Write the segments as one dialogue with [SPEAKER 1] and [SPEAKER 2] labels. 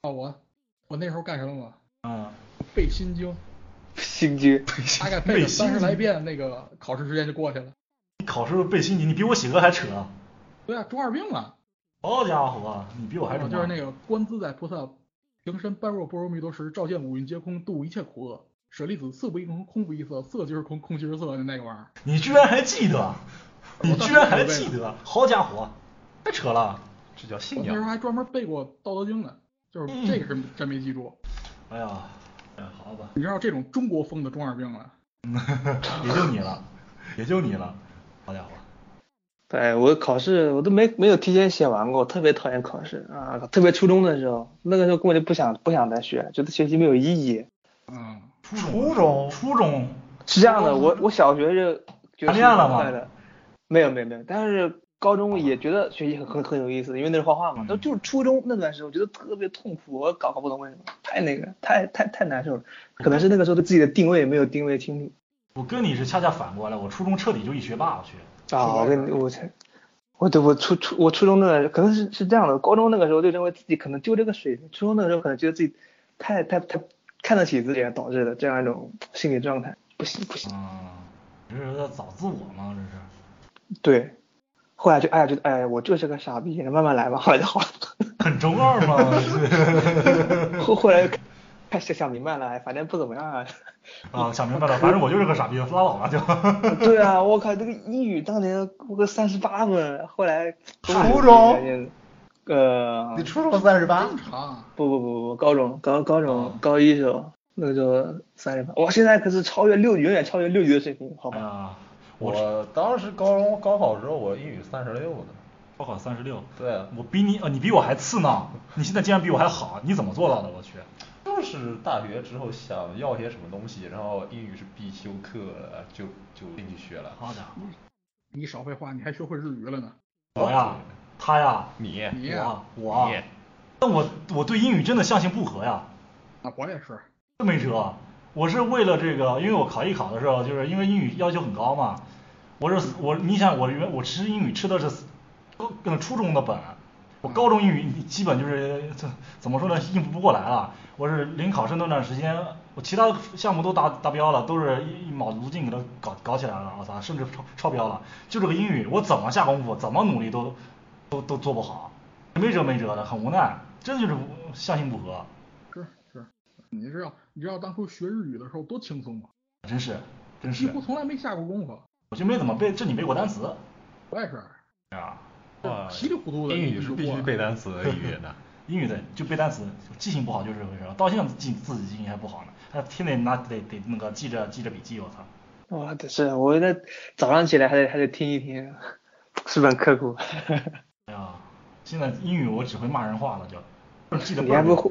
[SPEAKER 1] 哦，我我那时候干什么吗？
[SPEAKER 2] 啊，
[SPEAKER 1] 背心 经，
[SPEAKER 3] 心机，
[SPEAKER 1] 大概背
[SPEAKER 2] 背
[SPEAKER 1] 了
[SPEAKER 2] 心
[SPEAKER 1] 三十
[SPEAKER 2] 经
[SPEAKER 1] 来遍，那个考试时间就过去了。
[SPEAKER 2] 你考试背心经，你比我写歌还扯。
[SPEAKER 1] 对啊，中二病啊！
[SPEAKER 2] 好家伙，你比我还
[SPEAKER 1] 我
[SPEAKER 2] 扯。
[SPEAKER 1] 哦就是那个观自在菩萨，平身般若波罗蜜多时，照见五蕴皆空，度一切苦厄。舍利子，色不异空，空不异色，色即是空，空即是色的那个玩意儿。
[SPEAKER 2] 你居然还记得，你居然还
[SPEAKER 1] 我当
[SPEAKER 2] 记
[SPEAKER 1] 时就
[SPEAKER 2] 得，好家伙，太扯了，这叫
[SPEAKER 1] 我
[SPEAKER 2] 信
[SPEAKER 1] 那时候
[SPEAKER 2] 仰。
[SPEAKER 1] 还专门背过《道德经》呢，就是这个
[SPEAKER 2] 嗯
[SPEAKER 1] 是真没记住。
[SPEAKER 2] 哎呀，哎，好吧，
[SPEAKER 1] 你知道这种中国风的中二病了，
[SPEAKER 2] 也就你了， 也就你了，好家伙，
[SPEAKER 3] 对哎我考试我都没没有提前写完过，特别讨厌考试啊，特别初中的时候，那个时候根本就不想不想再学，觉得学习没有意义。
[SPEAKER 1] 嗯，
[SPEAKER 2] 初中，初中，
[SPEAKER 3] 是这样的，我我小学是觉
[SPEAKER 2] 嗯
[SPEAKER 3] 得
[SPEAKER 2] 谈恋爱了吗
[SPEAKER 3] 快的，没有没有没有，但是高中也觉得学习很很很有意思，因为那是画画嘛。
[SPEAKER 2] 嗯
[SPEAKER 3] 都就是初中那段时候，我觉得特别痛苦，我搞搞不懂为什么，太那个，太太太难受了。可能是那个时候对自己的定位没有定位清楚
[SPEAKER 2] 我跟你是恰恰反过来，我初中彻底就一学霸，我去，
[SPEAKER 3] 啊。我跟你我才，我对我初初我初中那段可能是是这样的，高中那个时候就认为自己可能就这个水平，初中那个时候可能觉得自己太太太看得起自己，导致的这样一种心理状态，不行不行。
[SPEAKER 2] 嗯，你这是在找自我吗？这是，
[SPEAKER 3] 对，后来就哎呀，就哎，我就是个傻逼，慢慢来吧，后来就好了。
[SPEAKER 2] 很中二 吗？
[SPEAKER 3] 后后来就开始想明白了，哎反正不怎么样啊。
[SPEAKER 2] 啊，想明白了，反正我就是个傻逼，拉倒吧就。
[SPEAKER 3] 对啊，我靠，这个英语当年我个三十八分，后来
[SPEAKER 4] 初中
[SPEAKER 3] 呃，
[SPEAKER 4] 你初中三十八
[SPEAKER 1] 正，常。啊
[SPEAKER 3] 不不不不，高中高高
[SPEAKER 2] 哦
[SPEAKER 3] 中高一时候，那个时候三十八，我现在可是超越六，远远超越六级的水平，好
[SPEAKER 2] 哎
[SPEAKER 3] 吧？
[SPEAKER 2] 呀，我
[SPEAKER 4] 我当时高中高考时候我英语三十六呢。
[SPEAKER 2] 高考三十六，
[SPEAKER 4] 对啊
[SPEAKER 2] 我比你啊，你比我还次呢，你现在竟然比我还好，你怎么做到的？我去，
[SPEAKER 4] 就是大学之后想要些什么东西，然后英语是必修课了，就就进去学了。
[SPEAKER 2] 好家伙，
[SPEAKER 1] 你少废话，你还学会日语了呢。
[SPEAKER 2] 我呀，他呀，
[SPEAKER 4] 你
[SPEAKER 1] 你呀
[SPEAKER 2] 我我
[SPEAKER 4] 你，
[SPEAKER 2] 但我我对英语真的相性不合呀，
[SPEAKER 1] 啊，我也是，
[SPEAKER 2] 这没辙。我是为了这个，因为我考艺考的时候，就是因为英语要求很高嘛，我是我，你想我原我吃英语吃的是高呃初中的本，我高中英语基本就是这怎么说呢，应付不过来了。我是临考试那段时间，我其他项目都达达标了，都是一一卯足劲给它搞搞起来了，我操，甚至超超标了。就这个英语，我怎么下功夫，怎么努力都都都做不好，没辙没辙的，很无奈，真的就是无相性不合，
[SPEAKER 1] 是是。你知道你知道当初学日语的时候多轻松吗？
[SPEAKER 2] 真是真
[SPEAKER 1] 几
[SPEAKER 2] 是
[SPEAKER 1] 乎，从来没下过功夫。
[SPEAKER 2] 我就没怎么背这里背过单词。
[SPEAKER 1] 我也是，
[SPEAKER 2] 啊，
[SPEAKER 4] 哇
[SPEAKER 1] 稀里糊涂的
[SPEAKER 4] 哦英语是
[SPEAKER 1] 就过
[SPEAKER 4] 必须
[SPEAKER 1] 了
[SPEAKER 4] 背单词的语言呐。
[SPEAKER 2] 英语的就背单词，记性不好就是这回事儿。到现在记自己记性还不好呢，还天天拿得得那个记着记着笔记，我操！
[SPEAKER 3] 哇，真是我那早上起来还得还得听一听， 是不是很刻 苦？
[SPEAKER 2] 哎呀，现在英语我只会骂人话了，就记得
[SPEAKER 3] 你还不会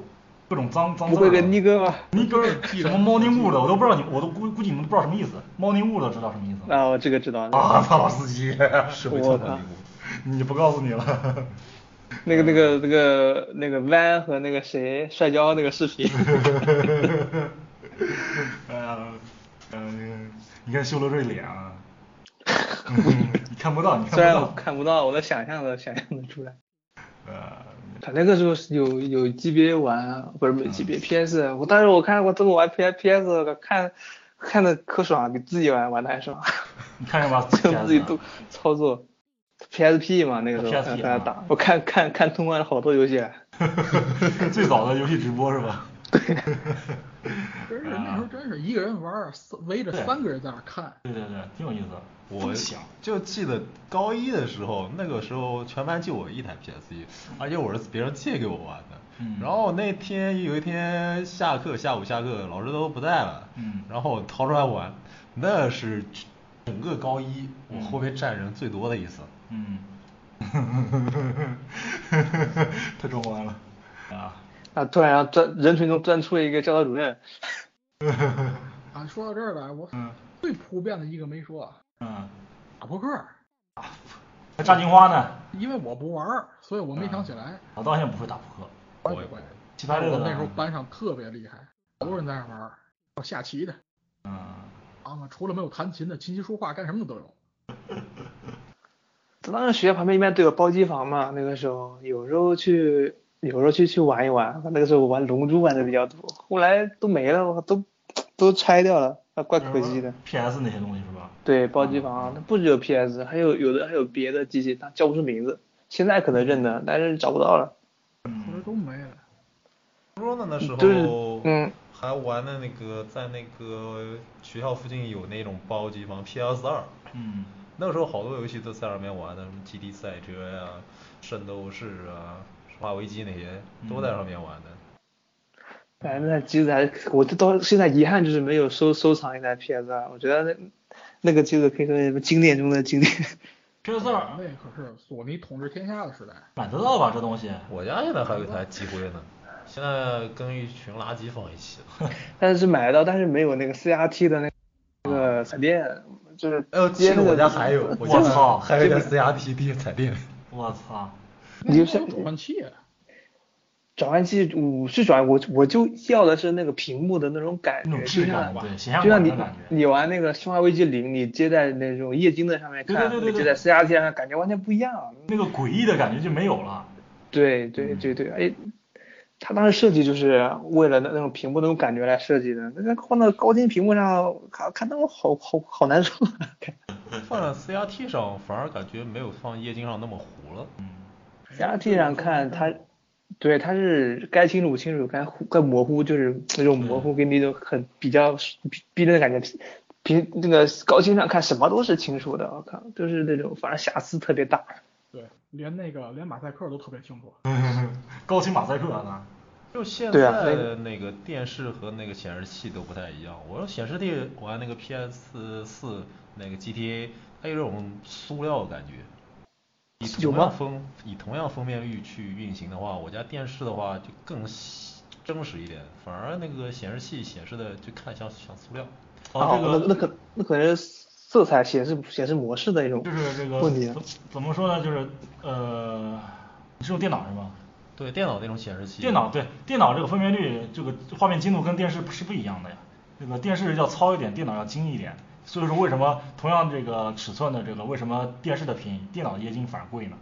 [SPEAKER 2] 各种脏脏字
[SPEAKER 3] 不
[SPEAKER 2] 儿啊
[SPEAKER 3] 会个尼哥吗？
[SPEAKER 2] 尼哥儿什么 morning wood，我都不知道你，我都估估计你们都不知道什么意思。morning wood 知道什么意思吗？
[SPEAKER 3] 啊，我这个知道。
[SPEAKER 2] 啊，操老司机，
[SPEAKER 4] 社会操
[SPEAKER 3] 我
[SPEAKER 4] 蛋
[SPEAKER 3] 靠
[SPEAKER 2] 你不告诉你了。
[SPEAKER 3] 那个那个那个那个弯和那个谁摔跤那个视频，
[SPEAKER 2] 哎呀，嗯，你看修了这脸 啊，嗯你看不到，你看
[SPEAKER 3] 虽然
[SPEAKER 2] 不
[SPEAKER 3] 我
[SPEAKER 2] 到。
[SPEAKER 3] 看不到，我能想象的想象的出来。
[SPEAKER 2] 呃，
[SPEAKER 3] 他那个时候是有有 GBA 玩啊，不是没 GBA PS，我当时我看我这个玩 P PS 看看的可爽，比自己玩玩的还爽，
[SPEAKER 2] 你看见吧？ 啊
[SPEAKER 3] 就自己都操作 PSP 嘛那个时候
[SPEAKER 2] PSP
[SPEAKER 3] 看他
[SPEAKER 2] 啊
[SPEAKER 3] 打，我看看看通关了好多游戏啊了。
[SPEAKER 2] 最早的游戏直播是吧？啊
[SPEAKER 1] 真是
[SPEAKER 4] 啊
[SPEAKER 1] 那时候真是一个人玩儿，三围着
[SPEAKER 2] 对
[SPEAKER 1] 三个人在那儿看。
[SPEAKER 2] 对对对，挺有意思。
[SPEAKER 4] 我
[SPEAKER 2] 想，
[SPEAKER 4] 就记得高一的时候，那个时候全班就我一台 PS 一，而且我是别人借给我玩的。
[SPEAKER 2] 嗯
[SPEAKER 4] 然后那天有一天下课，下午下课，老师都不在了，
[SPEAKER 2] 嗯
[SPEAKER 4] 然后我掏出来玩，那是整个高一我后面站人最多的一次。
[SPEAKER 2] 嗯， 太壮观了啊！
[SPEAKER 3] 啊！突然让钻人群中钻出了一个教导主任，
[SPEAKER 1] 啊，说到这儿来，我
[SPEAKER 2] 嗯
[SPEAKER 1] 最普遍的一个没说，啊，
[SPEAKER 2] 嗯，
[SPEAKER 1] 打扑克儿，
[SPEAKER 2] 还炸金花呢？
[SPEAKER 1] 因为我不玩儿，所以我没想起来。
[SPEAKER 2] 我到现在不会打扑克，
[SPEAKER 1] 我
[SPEAKER 4] 嗯我
[SPEAKER 1] 也
[SPEAKER 4] 也
[SPEAKER 1] 不会。
[SPEAKER 2] 棋牌
[SPEAKER 1] 但是
[SPEAKER 2] 类
[SPEAKER 1] 我
[SPEAKER 2] 的
[SPEAKER 1] 们那时候
[SPEAKER 2] 呢。
[SPEAKER 1] 班上特别厉害，好多人在那儿玩儿，还有下棋的，
[SPEAKER 2] 嗯，
[SPEAKER 1] 啊嘛，除了没有弹琴的，琴棋书画干什么的都有。
[SPEAKER 3] 当时学校旁边一般都有包机房嘛，那个时候有时候去有时候去去玩一玩，那个时候我玩龙珠玩的比较多，后来都没了，我都都拆掉了，啊，怪可惜的。
[SPEAKER 2] PS 那些东西是吧？
[SPEAKER 3] 对，包
[SPEAKER 4] 嗯
[SPEAKER 3] 机房，啊它不只有 PS，还有有的还有别的机器，它叫不出名字，现在可能认得，但是找不到了。
[SPEAKER 4] 嗯
[SPEAKER 1] 后来都没了。
[SPEAKER 4] 说呢那时
[SPEAKER 3] 就是
[SPEAKER 4] 候，
[SPEAKER 3] 嗯，
[SPEAKER 4] 还玩的那个在那个学校附近有那种包机房 PS 二，
[SPEAKER 2] 嗯，
[SPEAKER 4] 那个时候好多游戏都在那边玩的，什么《基地赛车》呀、圣斗士》啊、《生化危机》那些都在上面玩的。
[SPEAKER 3] 反哎正那台机子还，我这到现在遗憾就是没有收收藏一台 PS 二，我觉得那那个机子可以说是什么经典中的经典。
[SPEAKER 2] PS
[SPEAKER 1] 那
[SPEAKER 2] 二
[SPEAKER 1] 可是索尼统治天下的时代。
[SPEAKER 2] 买得到吧？这东西
[SPEAKER 4] 我家现在还有一台机灰呢，现在跟一群垃圾放一起 了。
[SPEAKER 3] 但是买得到，但是没有那个 CRT 的那那个彩电，就是
[SPEAKER 4] 呃，其
[SPEAKER 3] 接
[SPEAKER 4] 实
[SPEAKER 3] 那个
[SPEAKER 4] 我家还有，我
[SPEAKER 2] 我
[SPEAKER 4] 家
[SPEAKER 2] 操
[SPEAKER 4] 还有一台 CRT 第一彩电。
[SPEAKER 2] 我操！
[SPEAKER 3] 你就
[SPEAKER 1] 那时候
[SPEAKER 3] 像
[SPEAKER 1] 有转换器啊，
[SPEAKER 3] 转换器，我是转我我就要的是那个屏幕的那种感
[SPEAKER 2] 那
[SPEAKER 3] 觉，
[SPEAKER 2] 种
[SPEAKER 3] 就
[SPEAKER 2] 质感
[SPEAKER 3] 像
[SPEAKER 2] 对形象
[SPEAKER 3] 就像
[SPEAKER 2] 感的
[SPEAKER 3] 你
[SPEAKER 2] 感觉。
[SPEAKER 3] 你玩那个《生化危机零》，你接在那种液晶的上面
[SPEAKER 2] 对
[SPEAKER 3] 看，
[SPEAKER 2] 对对对
[SPEAKER 3] 你接
[SPEAKER 2] 对
[SPEAKER 3] 在 CRT 上感觉完全不一样。
[SPEAKER 2] 那个诡异的感觉就没有了。
[SPEAKER 3] 对
[SPEAKER 2] 嗯
[SPEAKER 3] 对对对，哎，他当时设计就是为了那那种屏幕那种感觉来设计的，那放到高清屏幕上看看那我好好好难受 啊。
[SPEAKER 4] 放在 CRT 上反而感觉没有放液晶上那么糊了。
[SPEAKER 3] CRT 上看它，对，它是该清楚清楚，该糊该模糊就是那种模糊，给你一种很比较逼逼真的感觉。平那个高清上看什么都是清楚的，我靠，就是那种反正瑕疵特别大。
[SPEAKER 1] 对，连那个连马赛克都特别清楚。
[SPEAKER 2] 高清马赛克啊呢？
[SPEAKER 4] 就现
[SPEAKER 3] 对
[SPEAKER 4] 在
[SPEAKER 3] 啊那
[SPEAKER 4] 的
[SPEAKER 3] 个
[SPEAKER 4] 那个电视和那个显示器都不太一样。我说显示器玩那个 PS 四那个 GTA，它有种塑料的感觉。以
[SPEAKER 3] 有
[SPEAKER 4] 同
[SPEAKER 3] 吗
[SPEAKER 4] 样封以同样封面率去运行的话，我家电视的话就更细真实一点，反而那个显示器显示的就看像像塑料。
[SPEAKER 2] 哦，这个
[SPEAKER 3] 那那可那可能是色彩显示显示模式的一种
[SPEAKER 2] 就是这个
[SPEAKER 3] 问题啊。
[SPEAKER 2] 怎怎么说呢？就是呃，你是用电脑是吗？
[SPEAKER 4] 对，电脑那种显示器。
[SPEAKER 2] 电脑对电脑这个分辨率，这个画面精度跟电视是不一样的呀。这个电视要糙一点，电脑要精一点。所以说为什么同样这个尺寸的这个，为什么电视的便宜，电脑的液晶反而贵呢？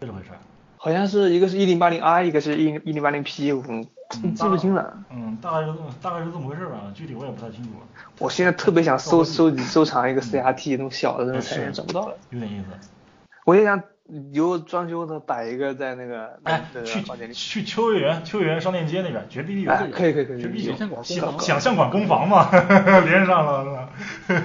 [SPEAKER 2] 这是回事儿。
[SPEAKER 3] 好像是一个是一零八零 i，一个是一一零八零 p，嗯，记不清了。
[SPEAKER 2] 嗯，大概是这么大概是这么回事儿吧，具体我也不太清楚了，
[SPEAKER 3] 我现在特别想收收集收藏一个 CRT 那种小的那种彩电，
[SPEAKER 2] 嗯是
[SPEAKER 3] 找不到了。
[SPEAKER 2] 有点意思。
[SPEAKER 3] 我也想以后装修的摆一个在那个
[SPEAKER 2] 哎
[SPEAKER 3] 那，个
[SPEAKER 2] 去
[SPEAKER 3] 房间里。
[SPEAKER 2] 去秋叶原秋叶原商店街那边，绝壁地有
[SPEAKER 3] 哎
[SPEAKER 2] 这个，
[SPEAKER 3] 可以可以可以
[SPEAKER 2] 绝壁
[SPEAKER 1] 想象馆
[SPEAKER 2] 有，
[SPEAKER 1] 工
[SPEAKER 2] 想
[SPEAKER 1] 坊
[SPEAKER 2] 想象馆工坊嘛， 连上了是吧？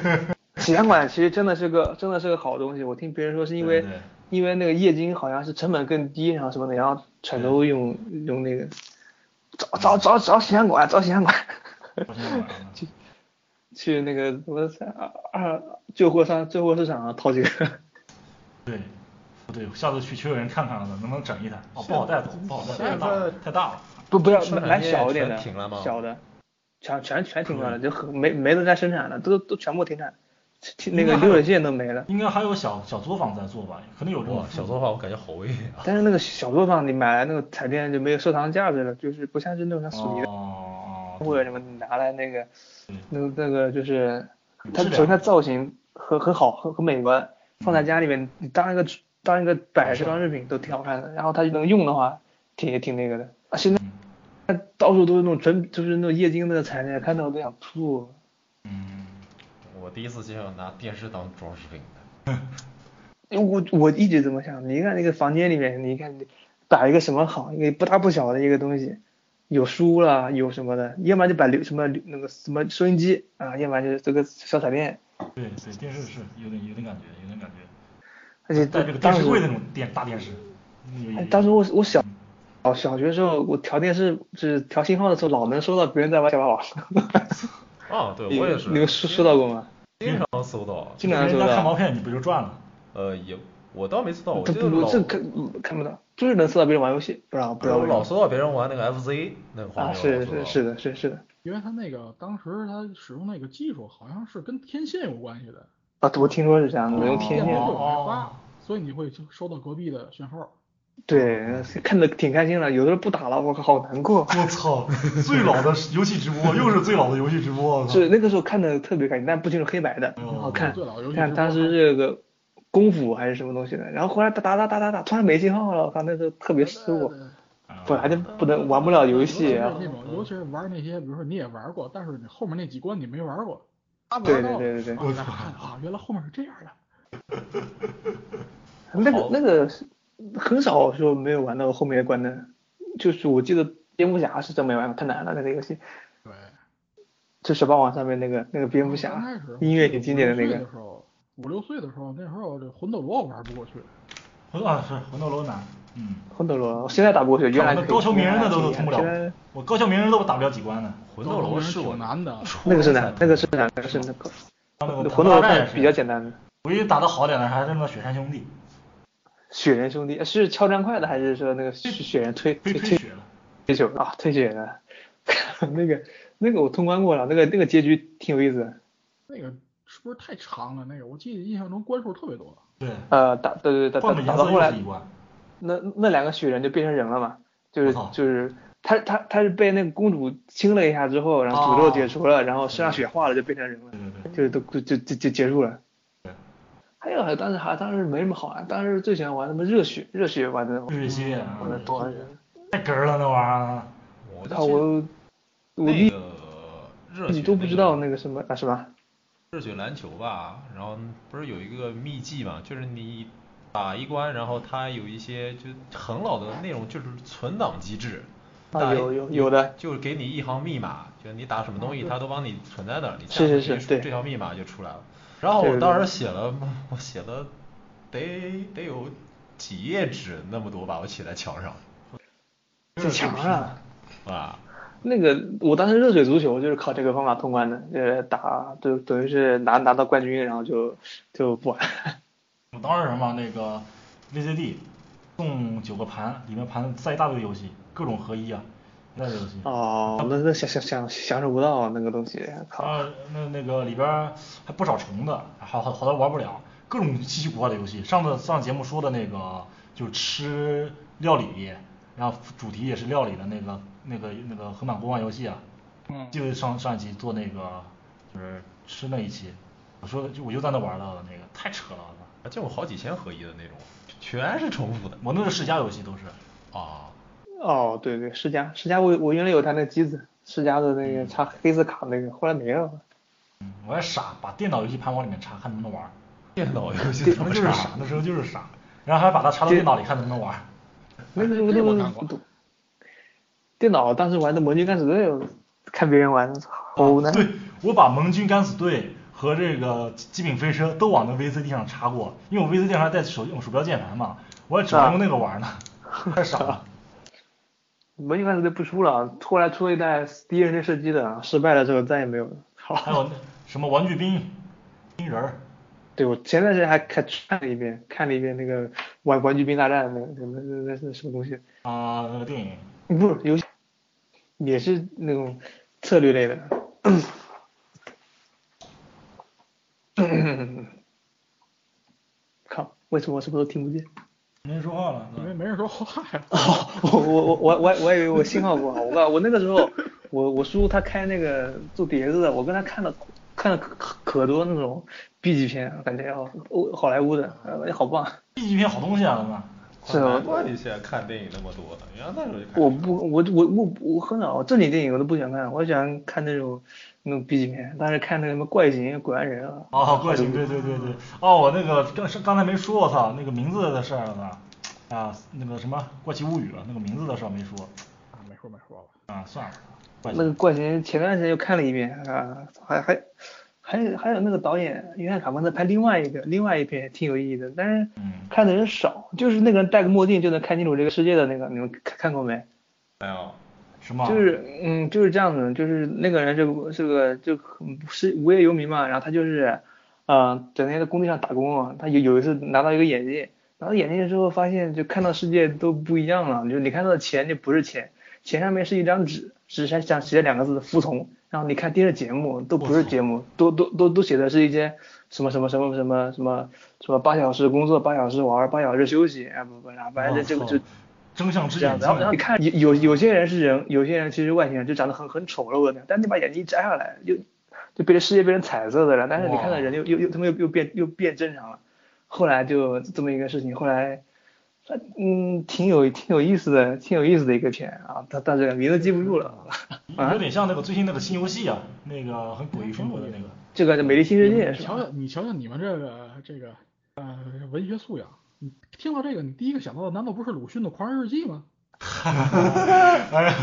[SPEAKER 3] 洗相馆其实真的是个真的是个好东西，我听别人说是因为
[SPEAKER 4] 对对
[SPEAKER 3] 因为那个液晶好像是成本更低，然后什么的，然后全都用用那个找找找找洗相馆，找洗相馆，
[SPEAKER 2] 我想想啊
[SPEAKER 3] 去那个什么三二二旧货商旧货市场上淘几 个。
[SPEAKER 2] 对，不对，下次去秋叶原看看能不能整一台。哦，不好带走，不好带走，太大了，太大了。
[SPEAKER 3] 不不要
[SPEAKER 4] 生产
[SPEAKER 3] 买
[SPEAKER 4] 业
[SPEAKER 3] 小一点的，
[SPEAKER 4] 全停了吗嗯
[SPEAKER 3] 小的，全全全停了，就很没没得再生产了，都都全部停产，停那个流水线都没了。
[SPEAKER 2] 应该还有小小作坊在做吧，可能有这种
[SPEAKER 4] 哇，小作坊我感觉好危险啊。
[SPEAKER 3] 但是那个小作坊你买来那个彩电就没有收藏价值了，就是不像是那种像索尼的
[SPEAKER 2] 哦，
[SPEAKER 3] 或者什么你拿来那个，那个那个就是
[SPEAKER 2] 有，
[SPEAKER 3] 它
[SPEAKER 2] 质
[SPEAKER 3] 首
[SPEAKER 2] 量
[SPEAKER 3] 先它造型很很好，很很美观，放在家里面你当一个当一个摆设装饰品都挺好看的，然后它能用的话挺也挺那个的。啊，现在到处都是那种纯就是那种液晶的彩电，看到我都想吐。
[SPEAKER 2] 嗯，
[SPEAKER 4] 我第一次见到拿电视当装饰品的。
[SPEAKER 3] 因为我我一直这么想，你看那个房间里面，你看你摆一个什么好，一个不大不小的一个东西，有书啦，有什么的，要不然就摆留什么留那个什么收音机啊，要不然就是这个小彩电，
[SPEAKER 2] 对对，电视是有点有点感觉，有点感觉，
[SPEAKER 3] 而且
[SPEAKER 2] 带这个
[SPEAKER 3] 当
[SPEAKER 2] 电视
[SPEAKER 3] 时
[SPEAKER 2] 柜那种电大电视。嗯有有
[SPEAKER 3] 哎
[SPEAKER 2] 有
[SPEAKER 3] 当时我我小哦小学的时候，我调电视就是调信号的时候，老能收到别人在玩小霸 王，
[SPEAKER 4] 啊，对，
[SPEAKER 3] 你
[SPEAKER 4] 我也 是。
[SPEAKER 3] 你们收收到过吗？
[SPEAKER 4] 经常搜到。啊
[SPEAKER 3] 经常
[SPEAKER 2] 人
[SPEAKER 3] 收
[SPEAKER 2] 家看毛
[SPEAKER 3] 到，
[SPEAKER 2] 片，你不就赚了？
[SPEAKER 4] 呃，也我倒没搜到，我
[SPEAKER 3] 这
[SPEAKER 4] 记得
[SPEAKER 3] 不
[SPEAKER 4] 老
[SPEAKER 3] 这看嗯看不到，就是能搜到别人玩游戏，不知道不知道
[SPEAKER 4] 我
[SPEAKER 3] 为什
[SPEAKER 4] 老
[SPEAKER 3] 么
[SPEAKER 4] 搜到别人玩那个 FZ 那个画面，
[SPEAKER 3] 啊，
[SPEAKER 4] 我
[SPEAKER 3] 是
[SPEAKER 4] 搜到
[SPEAKER 3] 是是的是是的。
[SPEAKER 1] 因为它那个当时它使用那个技术好像是跟天线有关系的，
[SPEAKER 3] 啊，我听说是这样的，用天
[SPEAKER 1] 电
[SPEAKER 3] 线
[SPEAKER 1] 波会
[SPEAKER 2] 哦
[SPEAKER 1] 往外发，所以你会就收到隔壁的讯号。
[SPEAKER 3] 对，看的挺开心的，有的时候不打了，我靠，好难过。
[SPEAKER 2] 我操，最老的游戏直播，又是最老的游戏直播，我操
[SPEAKER 3] 是那个时候看的特别开心，但不清楚黑白的，
[SPEAKER 2] 哎
[SPEAKER 3] 很
[SPEAKER 2] 呦
[SPEAKER 3] 好看
[SPEAKER 1] 最老游戏。
[SPEAKER 3] 看
[SPEAKER 1] 直播
[SPEAKER 3] 当时这个功夫还是什么东西的，然后后来打打打打打打，突然没信号了，我靠，那时候特别失落。
[SPEAKER 1] 啊
[SPEAKER 3] 本来就不能玩不了游戏
[SPEAKER 1] 尤
[SPEAKER 3] 啊
[SPEAKER 1] 其是。那种，尤其是玩那些，比如说你也玩过，但是你后面那几关你没玩过，他玩
[SPEAKER 3] 对
[SPEAKER 1] 到
[SPEAKER 3] 对对对对
[SPEAKER 1] 我才看啊，原来后面是这样的。
[SPEAKER 3] 那个那个是很少说没有玩到后面的关的，就是我记得蝙蝠侠是真没玩过，太难了那个游戏，
[SPEAKER 1] 对，
[SPEAKER 3] 就小霸王上面那个那个蝙蝠
[SPEAKER 1] 哦刚开
[SPEAKER 3] 侠
[SPEAKER 1] 始，
[SPEAKER 3] 音乐挺经典的那
[SPEAKER 1] 五六岁
[SPEAKER 3] 个
[SPEAKER 1] 的，时候，五六岁的时候，那时候这魂斗罗我玩不过去，
[SPEAKER 2] 魂啊是魂斗罗难，嗯，
[SPEAKER 3] 魂斗罗，我现在打不过去，原来
[SPEAKER 2] 我
[SPEAKER 3] 可
[SPEAKER 2] 那
[SPEAKER 3] 以
[SPEAKER 2] 高桥名人的
[SPEAKER 3] 原来
[SPEAKER 2] 都都
[SPEAKER 3] 挺
[SPEAKER 2] 通不
[SPEAKER 3] 厉害现在
[SPEAKER 2] 了，我高桥名人都打不了几关呢。
[SPEAKER 4] 魂斗罗是我
[SPEAKER 1] 挺难的
[SPEAKER 3] 那个是难，那个是难，那个是那个
[SPEAKER 2] 那个
[SPEAKER 3] 魂斗罗
[SPEAKER 2] 大战也
[SPEAKER 3] 算
[SPEAKER 2] 哦是
[SPEAKER 3] 比较简单的。
[SPEAKER 2] 唯一打的好点的还是那个雪山兄弟，
[SPEAKER 3] 雪人兄弟呃是敲砖块的，还是说那个雪雪人推
[SPEAKER 2] 推
[SPEAKER 3] 推
[SPEAKER 2] 推
[SPEAKER 3] 推
[SPEAKER 2] 雪了。
[SPEAKER 3] 推球啊？ 推雪人的，那个那个我通关过了，那个那个结局挺有意思的。
[SPEAKER 1] 那个是不是太长了？那个我记得印象中关数特别多。
[SPEAKER 2] 对，
[SPEAKER 3] 呃，打对对对，打
[SPEAKER 2] 换个
[SPEAKER 3] 打
[SPEAKER 2] 颜
[SPEAKER 3] 到
[SPEAKER 2] 色
[SPEAKER 3] 后
[SPEAKER 2] 又
[SPEAKER 3] 来
[SPEAKER 2] 是一关。
[SPEAKER 3] 那那两个雪人就变成人了嘛，就是
[SPEAKER 2] 我操
[SPEAKER 3] 就是他他他是被那个公主亲了一下之后，然后
[SPEAKER 2] 啊
[SPEAKER 3] 诅咒解除了，然后身上雪化了就变成人了
[SPEAKER 2] 对，对对，
[SPEAKER 3] 就是都就就就就结束了
[SPEAKER 2] 对。
[SPEAKER 3] 还有还当时还当时没什么好玩，当时最喜欢玩什么热血热血玩的
[SPEAKER 2] 日系啊，
[SPEAKER 3] 玩的多。
[SPEAKER 2] 太哏儿了那玩意儿。
[SPEAKER 4] 我就
[SPEAKER 3] 啊
[SPEAKER 4] 记得
[SPEAKER 3] 嗯我我
[SPEAKER 4] 那
[SPEAKER 3] 一
[SPEAKER 4] 个热
[SPEAKER 3] 你
[SPEAKER 4] 血
[SPEAKER 3] 都不知道
[SPEAKER 4] 那
[SPEAKER 3] 那
[SPEAKER 4] 个
[SPEAKER 3] 个什么啊什么，
[SPEAKER 4] 热血篮球吧，然后不是有一个秘技嘛，就是你打一关，然后它有一些就很老的那种就是存档机制。
[SPEAKER 3] 啊
[SPEAKER 4] 打一
[SPEAKER 3] 有有有的啊
[SPEAKER 4] 就是给你一行密码，就你打什么东西，它都帮你存在那儿，你
[SPEAKER 3] 是
[SPEAKER 4] 下次
[SPEAKER 3] 是是
[SPEAKER 4] 输
[SPEAKER 3] 对
[SPEAKER 4] 这条密码就出来了。然后
[SPEAKER 3] 对
[SPEAKER 4] 我
[SPEAKER 3] 对
[SPEAKER 4] 当时
[SPEAKER 3] 对
[SPEAKER 4] 写了，我写了得得有几页纸那么多吧，我写在墙上，
[SPEAKER 3] 这强啊！
[SPEAKER 4] 啊，
[SPEAKER 3] 那个我当时热血足球就是靠这个方法通关的，就是打就等于是拿拿到冠军，然后就就不玩。
[SPEAKER 2] 我当时什么那个 VCD 送九个盘，里面盘塞一大堆游戏，各种合一啊，一大堆游戏。
[SPEAKER 3] 哦，那那享享享享受不到那个东西，靠！
[SPEAKER 2] 啊，那那个里边儿还不少虫子，好好好多玩不了，各种稀奇古怪的游戏。上次上次节目说的那个就是吃料理，然后主题也是料理的那个那个那个横版国王游戏啊，
[SPEAKER 1] 嗯
[SPEAKER 2] 记得上上一期做那个就是吃那一期，我说的就我就在那玩到的那个太扯了，我
[SPEAKER 4] 而且我好几千合一的那种，全是重复的
[SPEAKER 2] 操我那是世家游戏都是。
[SPEAKER 4] 啊。
[SPEAKER 3] 哦，对对，世嘉，世嘉我我原来有台那机子，世嘉的那个插黑色卡那个，后来没了。
[SPEAKER 2] 嗯，我也傻，把电脑游戏盘往里面插，看能不能玩儿。
[SPEAKER 4] 电脑游戏
[SPEAKER 2] 那时
[SPEAKER 4] 怎
[SPEAKER 2] 候
[SPEAKER 4] 么
[SPEAKER 2] 就是
[SPEAKER 4] 查
[SPEAKER 2] 傻，那时候就是傻，然后还把它插到电脑里看能不能玩儿。
[SPEAKER 3] 那个时候
[SPEAKER 1] 这我
[SPEAKER 3] 都
[SPEAKER 1] 看过
[SPEAKER 3] 电脑当时玩的《盟军敢死队》，我看别人玩，好难。
[SPEAKER 2] 啊对，我把盟军敢死队和这个极品飞车都往那 VCD 上插过，因为我 VCD 上还带手用鼠标键盘嘛，我还只能用那个玩呢，
[SPEAKER 4] 啊
[SPEAKER 2] 太傻 了。
[SPEAKER 3] 盟军敢死队不出了，后来出了一代第一人称射击的，失败了之后再也没有了。
[SPEAKER 2] 还有那什么玩具兵、冰人儿，
[SPEAKER 3] 对，我前段时间还看看了一遍，看了一遍那个《玩玩具兵大战》那个那那那那什么东西。
[SPEAKER 2] 啊、那个电影，
[SPEAKER 3] 不是游戏，也是那种策略类的。靠，为什么我什么都听不见？
[SPEAKER 2] 没人说话了，
[SPEAKER 1] 因为没人说话呀。
[SPEAKER 3] 我我我我我我以为我信号不好，我告我那个时候，我我叔他开那个做碟子的，我跟他看了看了可可多那种 B 级片，感觉哦，欧好莱坞的，呃好棒。
[SPEAKER 2] B 级片好东西啊，那
[SPEAKER 3] 是
[SPEAKER 4] 难
[SPEAKER 3] 啊，
[SPEAKER 4] 怪你现在看电影那么多呢，原来那时候就看。
[SPEAKER 3] 我不，我我我我很少正经电影我都不喜欢看，我喜欢看那种那种 B 级片，但是看那个什么怪形、鬼玩人啊，
[SPEAKER 2] 哦，怪形，对对对对，哦，我那个刚刚才没说，我操，那个名字的事儿呢，啊，那个什么《怪奇物语》那个名字的事儿没说，
[SPEAKER 1] 啊，没说没说了。
[SPEAKER 2] 啊，算了，怪
[SPEAKER 3] 那
[SPEAKER 2] 形
[SPEAKER 3] 个怪形前段时间又看了一遍啊，还还还有还有那个导演约翰卡彭特拍另外一个另外一篇挺有意义的，但是
[SPEAKER 2] 嗯
[SPEAKER 3] 看的人少，就是那个人戴个墨镜就能看清楚这个世界的那个，你们看看过没？
[SPEAKER 4] 没有，
[SPEAKER 2] 是吗？
[SPEAKER 3] 就是嗯，就是这样子，就是那个人是个是个就很是无业游民嘛，然后他就是，呃，整天在工地上打工啊，他有有一次拿到一个眼镜，拿到眼镜之后发现就看到世界都不一样了，就是你看到的钱就不是钱，钱上面是一张纸，纸上上写着两个字服从，然后你看电视节目都不是节目，都都都都写的是一些什么什么什么什么什么什么八小时工作八小时玩儿八小时休息，啊不不，然后反正这这
[SPEAKER 2] 我
[SPEAKER 3] 个
[SPEAKER 2] 操
[SPEAKER 3] 就
[SPEAKER 2] 真相之
[SPEAKER 3] 这样
[SPEAKER 2] 眼
[SPEAKER 3] 子，
[SPEAKER 2] 睛
[SPEAKER 3] 然嗯后然后你看有有有些人是人，有些人其实外星人就长得很很丑陋的那样，但你把眼睛一摘下来，又就变成世界变成彩色的了，但是你看到人又又又他们又又变又变正常了。后来就这么一个事情，后来嗯，挺有挺有意思的，挺有意思的一个片啊，但但是名字记不住了。啊
[SPEAKER 2] 有点像那个最新那个新游戏啊，那个很诡异风格的那 个。
[SPEAKER 3] 这个《美丽新世界》
[SPEAKER 1] 你
[SPEAKER 3] 是
[SPEAKER 1] 瞧瞧
[SPEAKER 3] 吧？，
[SPEAKER 1] 你瞧瞧你们这个这个呃文学素养，你听到这个，你第一个想到的难道不是鲁迅的《狂人日记》吗？
[SPEAKER 2] 哎呀，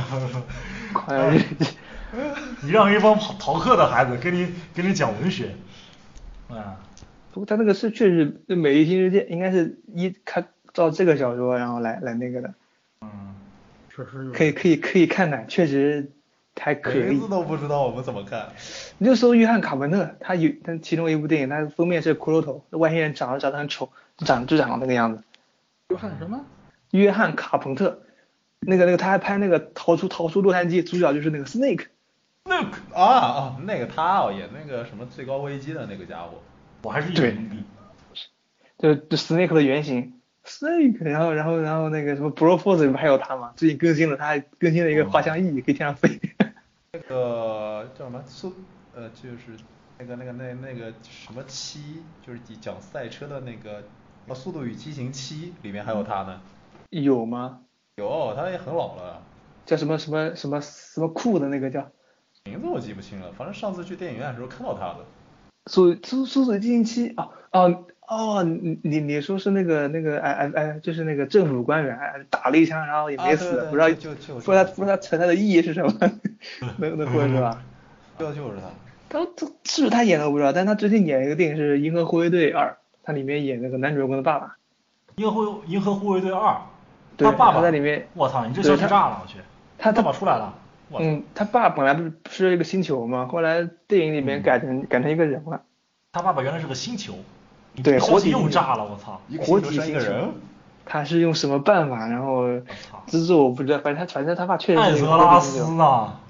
[SPEAKER 3] 快乐日记
[SPEAKER 2] 你让一帮逃课的孩子跟你跟你讲文学，啊，
[SPEAKER 3] 不过他那个是确实《美丽新世界》应该是一看照这个小说然后来来那个的，
[SPEAKER 1] 确实有
[SPEAKER 3] 可以可以可以看看，确实还可以
[SPEAKER 4] 名。字都不知道我们怎么看。
[SPEAKER 3] 你就搜约翰卡彭特，他有他其中一部电影，他封面是骷髅头，外星人长得长得很丑，长就长得那个样子。
[SPEAKER 1] 约翰什么？
[SPEAKER 3] 约翰卡彭特，那个那个他还拍那个逃出逃出洛杉矶，主角就是那个 Snake。
[SPEAKER 2] 那个
[SPEAKER 4] 啊啊，那个他哦，演那个什么最高危机的那个家伙，
[SPEAKER 2] 我还是一
[SPEAKER 3] 对
[SPEAKER 2] 脸懵逼。
[SPEAKER 3] 就是就 Snake 的原型，Snake，然后然后然后那个什么 Broforce 里面还有他嘛，最近更新了，他还更新了一个滑翔翼，可以天上飞。
[SPEAKER 4] 那个叫什么苏呃，就是那个那个那那个什么七，就是讲赛车的那个《速度与激情七》里面还有他呢。
[SPEAKER 3] 有吗？
[SPEAKER 4] 有，他也很老了，
[SPEAKER 3] 叫什么什么什么什么酷的那个叫？
[SPEAKER 4] 名字我记不清了，反正上次去电影院的时候看到他了。
[SPEAKER 3] 速速速度与激情七啊哦哦，你你你说是那个那个哎哎哎，就是那个政府官员哎打了一枪，然后也
[SPEAKER 4] 啊
[SPEAKER 3] 没
[SPEAKER 4] 对
[SPEAKER 3] 死，
[SPEAKER 4] 对
[SPEAKER 3] 不知道
[SPEAKER 4] 就就
[SPEAKER 3] 不知道不知道它存在的意义是 什么，能能混是吧？
[SPEAKER 4] 这就是他。
[SPEAKER 3] 他他是不是他演的我不知道，但他最近演一个电影是《银河护卫队二》，他里面演那个男主人公的爸爸，
[SPEAKER 2] 银河银河护卫队二，
[SPEAKER 3] 对
[SPEAKER 2] 他爸
[SPEAKER 3] 他
[SPEAKER 2] 爸
[SPEAKER 3] 在里面
[SPEAKER 2] 我操，你这
[SPEAKER 3] 对
[SPEAKER 2] 消息
[SPEAKER 3] 他
[SPEAKER 2] 炸了，我去，
[SPEAKER 3] 他
[SPEAKER 2] 爸
[SPEAKER 3] 他
[SPEAKER 2] 爸出来了，我操，
[SPEAKER 3] 嗯，他爸本来不是不是一个星球嘛，后来电影里
[SPEAKER 4] 嗯
[SPEAKER 3] 面改成、改成一个人了，
[SPEAKER 2] 他爸爸原来是个星球，你
[SPEAKER 3] 对
[SPEAKER 2] 这消
[SPEAKER 3] 活
[SPEAKER 2] 息
[SPEAKER 3] 体
[SPEAKER 2] 又
[SPEAKER 3] 星球
[SPEAKER 2] 炸了，我操，
[SPEAKER 4] 一个
[SPEAKER 3] 活
[SPEAKER 4] 星球
[SPEAKER 3] 体
[SPEAKER 4] 生一个
[SPEAKER 3] 星球
[SPEAKER 4] 人，
[SPEAKER 3] 他是用什么办法，然后
[SPEAKER 2] 操
[SPEAKER 3] 资助我不知道，反正他反正他爸确实
[SPEAKER 2] 艾
[SPEAKER 3] 是一个
[SPEAKER 2] 泽
[SPEAKER 3] 活
[SPEAKER 2] 拉
[SPEAKER 3] 体星
[SPEAKER 2] 斯
[SPEAKER 3] 球，
[SPEAKER 2] 呢？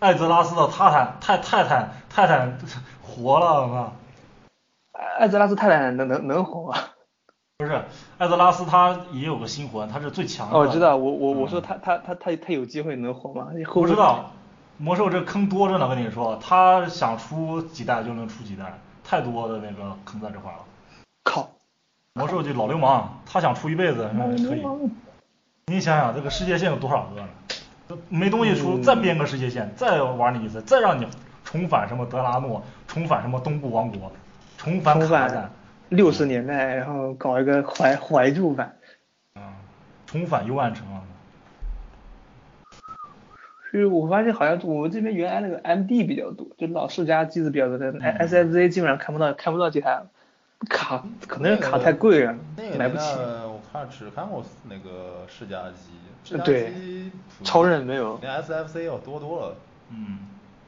[SPEAKER 2] 艾泽拉斯的泰坦泰泰坦泰坦 活了吗？
[SPEAKER 3] 艾泽拉斯泰坦能能能红啊？
[SPEAKER 2] 不是，艾泽拉斯他也有个星魂，他是最强的。
[SPEAKER 3] 哦，我知道，我我我说他他他他他有机会能红吗？
[SPEAKER 2] 我知道，魔兽这坑多着呢，跟你说，他想出几代就能出几代，太多的那个坑在这块了。
[SPEAKER 3] 靠，
[SPEAKER 2] 魔兽就老流氓，他想出一辈子那也可以。你想想，这个世界线有多少个呢？都没东西出，再编个世界线，再玩你一次，再让你重返什么德拉诺，重返什么东部王国，重返
[SPEAKER 3] 重
[SPEAKER 2] 卡赞
[SPEAKER 3] 返，六十年代，然后搞一个怀怀旧版，
[SPEAKER 2] 啊，重返幽暗城啊。
[SPEAKER 3] 就是我发现好像我们这边原来那个 MD 比较多，就老世家机子比较多，但 SFZ 基本上看不到看不到其他的，卡可能是卡太贵了，
[SPEAKER 4] 那个
[SPEAKER 3] 买不起。
[SPEAKER 4] 年代我看只看过那个世嘉机，世嘉
[SPEAKER 3] 嗯对
[SPEAKER 4] 机普及
[SPEAKER 3] 超人没有
[SPEAKER 4] 连 SFC 要多多了，
[SPEAKER 2] 嗯，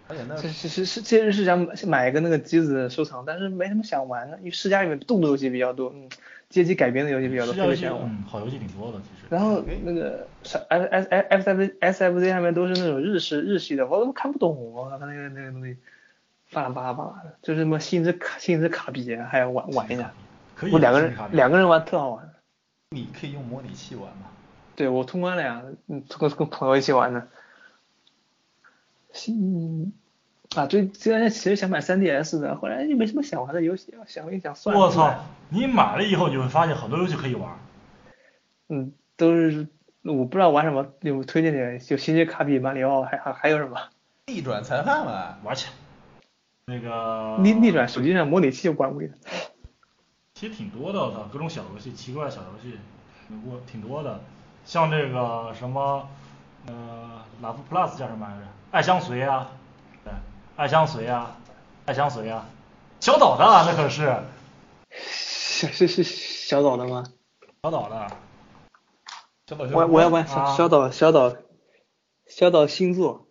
[SPEAKER 4] 而且那
[SPEAKER 3] 这其实是确实是想买一个那个机子收藏，但是没什么想玩的，因为世家里面动作游戏比较多，嗯，街机改编的游戏比较多，
[SPEAKER 2] 世界游
[SPEAKER 3] 特别
[SPEAKER 2] 戏
[SPEAKER 3] 想玩。
[SPEAKER 2] 嗯，好游戏挺多的其实。
[SPEAKER 3] 然后那个啥 S S S F S F Z 上面都是那种日式日系的，我都看不懂，我靠那个那个东西，巴拉巴拉巴拉的，就是什么新之卡新之卡比，还要玩玩一下。
[SPEAKER 2] 可以
[SPEAKER 3] 我两个人
[SPEAKER 2] 信息卡比
[SPEAKER 3] 两个人玩特好玩。
[SPEAKER 4] 你可以用模拟器玩嘛。
[SPEAKER 3] 对我通关了呀，嗯，跟跟朋友一起玩的。新啊，最最开始其实想买 3DS 的，后来就没什么想玩的游戏，想一想算了。
[SPEAKER 2] 我操！你买了以后，你会发现很多游戏可以玩。
[SPEAKER 3] 嗯，都是我不知道玩什么，有推荐点就新之卡比、马里奥，还还还有什么？
[SPEAKER 4] 逆转裁判嘛，
[SPEAKER 2] 玩去。那个
[SPEAKER 3] 逆逆转手机上模拟器玩过的。
[SPEAKER 2] 其实挺多的，我操，各种小游戏，奇怪的小游戏，我挺多的，像这个什么，呃，拉夫 plus 叫什么来着？爱相随啊，对，爱相随啊，爱相随啊，小岛的啊那可是
[SPEAKER 3] 小是是小岛的吗？
[SPEAKER 2] 小岛的，
[SPEAKER 4] 小岛秀
[SPEAKER 3] 我
[SPEAKER 4] 夫
[SPEAKER 3] 我要玩小
[SPEAKER 2] 啊
[SPEAKER 3] 小岛小岛小岛星座，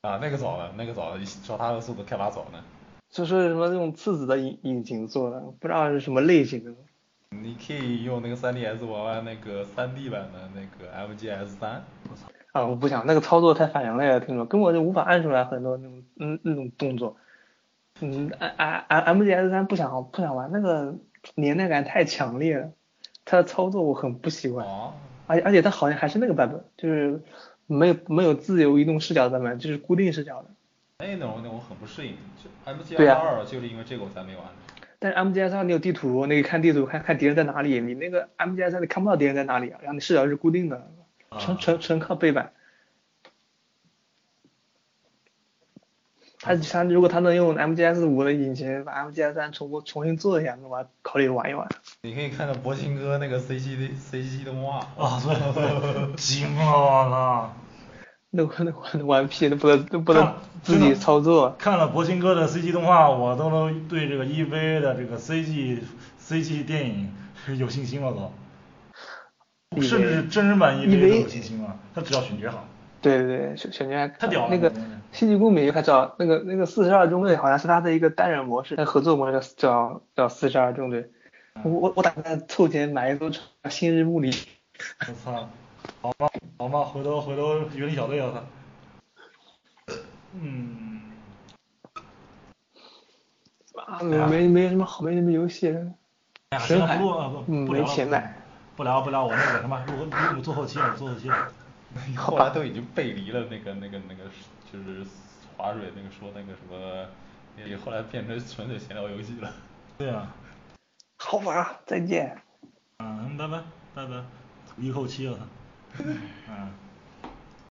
[SPEAKER 4] 啊，那个早了，那个早了，照他的速度开发早呢。
[SPEAKER 3] 就说是什么这种次子的引引擎做的，不知道是什么类型的。
[SPEAKER 4] 你可以用那个 3DS 玩玩那个 3D 版的那个 MGS 三，
[SPEAKER 3] 啊，我不想那个操作太反人类了，听说根本就无法按出来很多那种嗯那种动作。嗯，M M MGS 三不想不想玩，那个年代感太强烈了，它的操作我很不喜欢。
[SPEAKER 4] 哦，
[SPEAKER 3] 而且而且它好像还是那个版本，就是没有没有自由移动视角的版本，就是固定视角的。
[SPEAKER 4] 那那种那我很不适应，就 MGS
[SPEAKER 3] 对啊
[SPEAKER 4] 二就是因为这个我才没玩。
[SPEAKER 3] 但是 MGS 上你有地图，你可以看地图，看看敌人在哪里。你那个 MGS 上你看不到敌人在哪里啊，然后你视角是固定的，纯纯纯靠背板。他他如果他能用 MGS 五的引擎把 MGS 三重重新做一下，那我还考虑玩一玩。
[SPEAKER 4] 你可以看看博兴哥那个 CG 的 CG 动画，
[SPEAKER 2] 啊，对对，惊了我靠！
[SPEAKER 3] 那我那我那玩屁，那不能那不能
[SPEAKER 2] 看
[SPEAKER 3] 自己操作。
[SPEAKER 2] 看了博兴哥的 CG 动画，我都能对这个 EVA 的这个 CG CG 电影 是有信心了都，
[SPEAKER 3] EVA
[SPEAKER 2] 甚至真人版 EVA 都
[SPEAKER 3] EVA
[SPEAKER 2] 有信心了。他只要选角好，
[SPEAKER 3] 对对对，选选角
[SPEAKER 2] 太屌了
[SPEAKER 3] 那个
[SPEAKER 2] 这个东西
[SPEAKER 3] 星际公民还找那个那个四十二中队，好像是他的一个单人模式，那合作模式叫叫四十二中队。
[SPEAKER 2] 嗯
[SPEAKER 3] 我我我打算凑钱买一艘船《新日暮里》，
[SPEAKER 2] 我操！好吧，好吧，回头回头原力小队啊，他。嗯，
[SPEAKER 3] 啊，没没什么好，没什么游戏。
[SPEAKER 2] 哎呀，行
[SPEAKER 3] 深
[SPEAKER 2] 了，
[SPEAKER 3] 海
[SPEAKER 2] 不录了，不
[SPEAKER 3] 嗯
[SPEAKER 2] 不聊了，
[SPEAKER 3] 没钱买
[SPEAKER 2] 不聊了不聊了，我那个什么，录录做后期了，做后期了。
[SPEAKER 4] 后来都已经背离了那个那个那个，就是划水那个说那个什么，也后来变成纯粹闲聊游戏了。
[SPEAKER 2] 对啊，
[SPEAKER 3] 好玩啊，再见。
[SPEAKER 2] 嗯，拜拜拜拜，一后期了，嗯。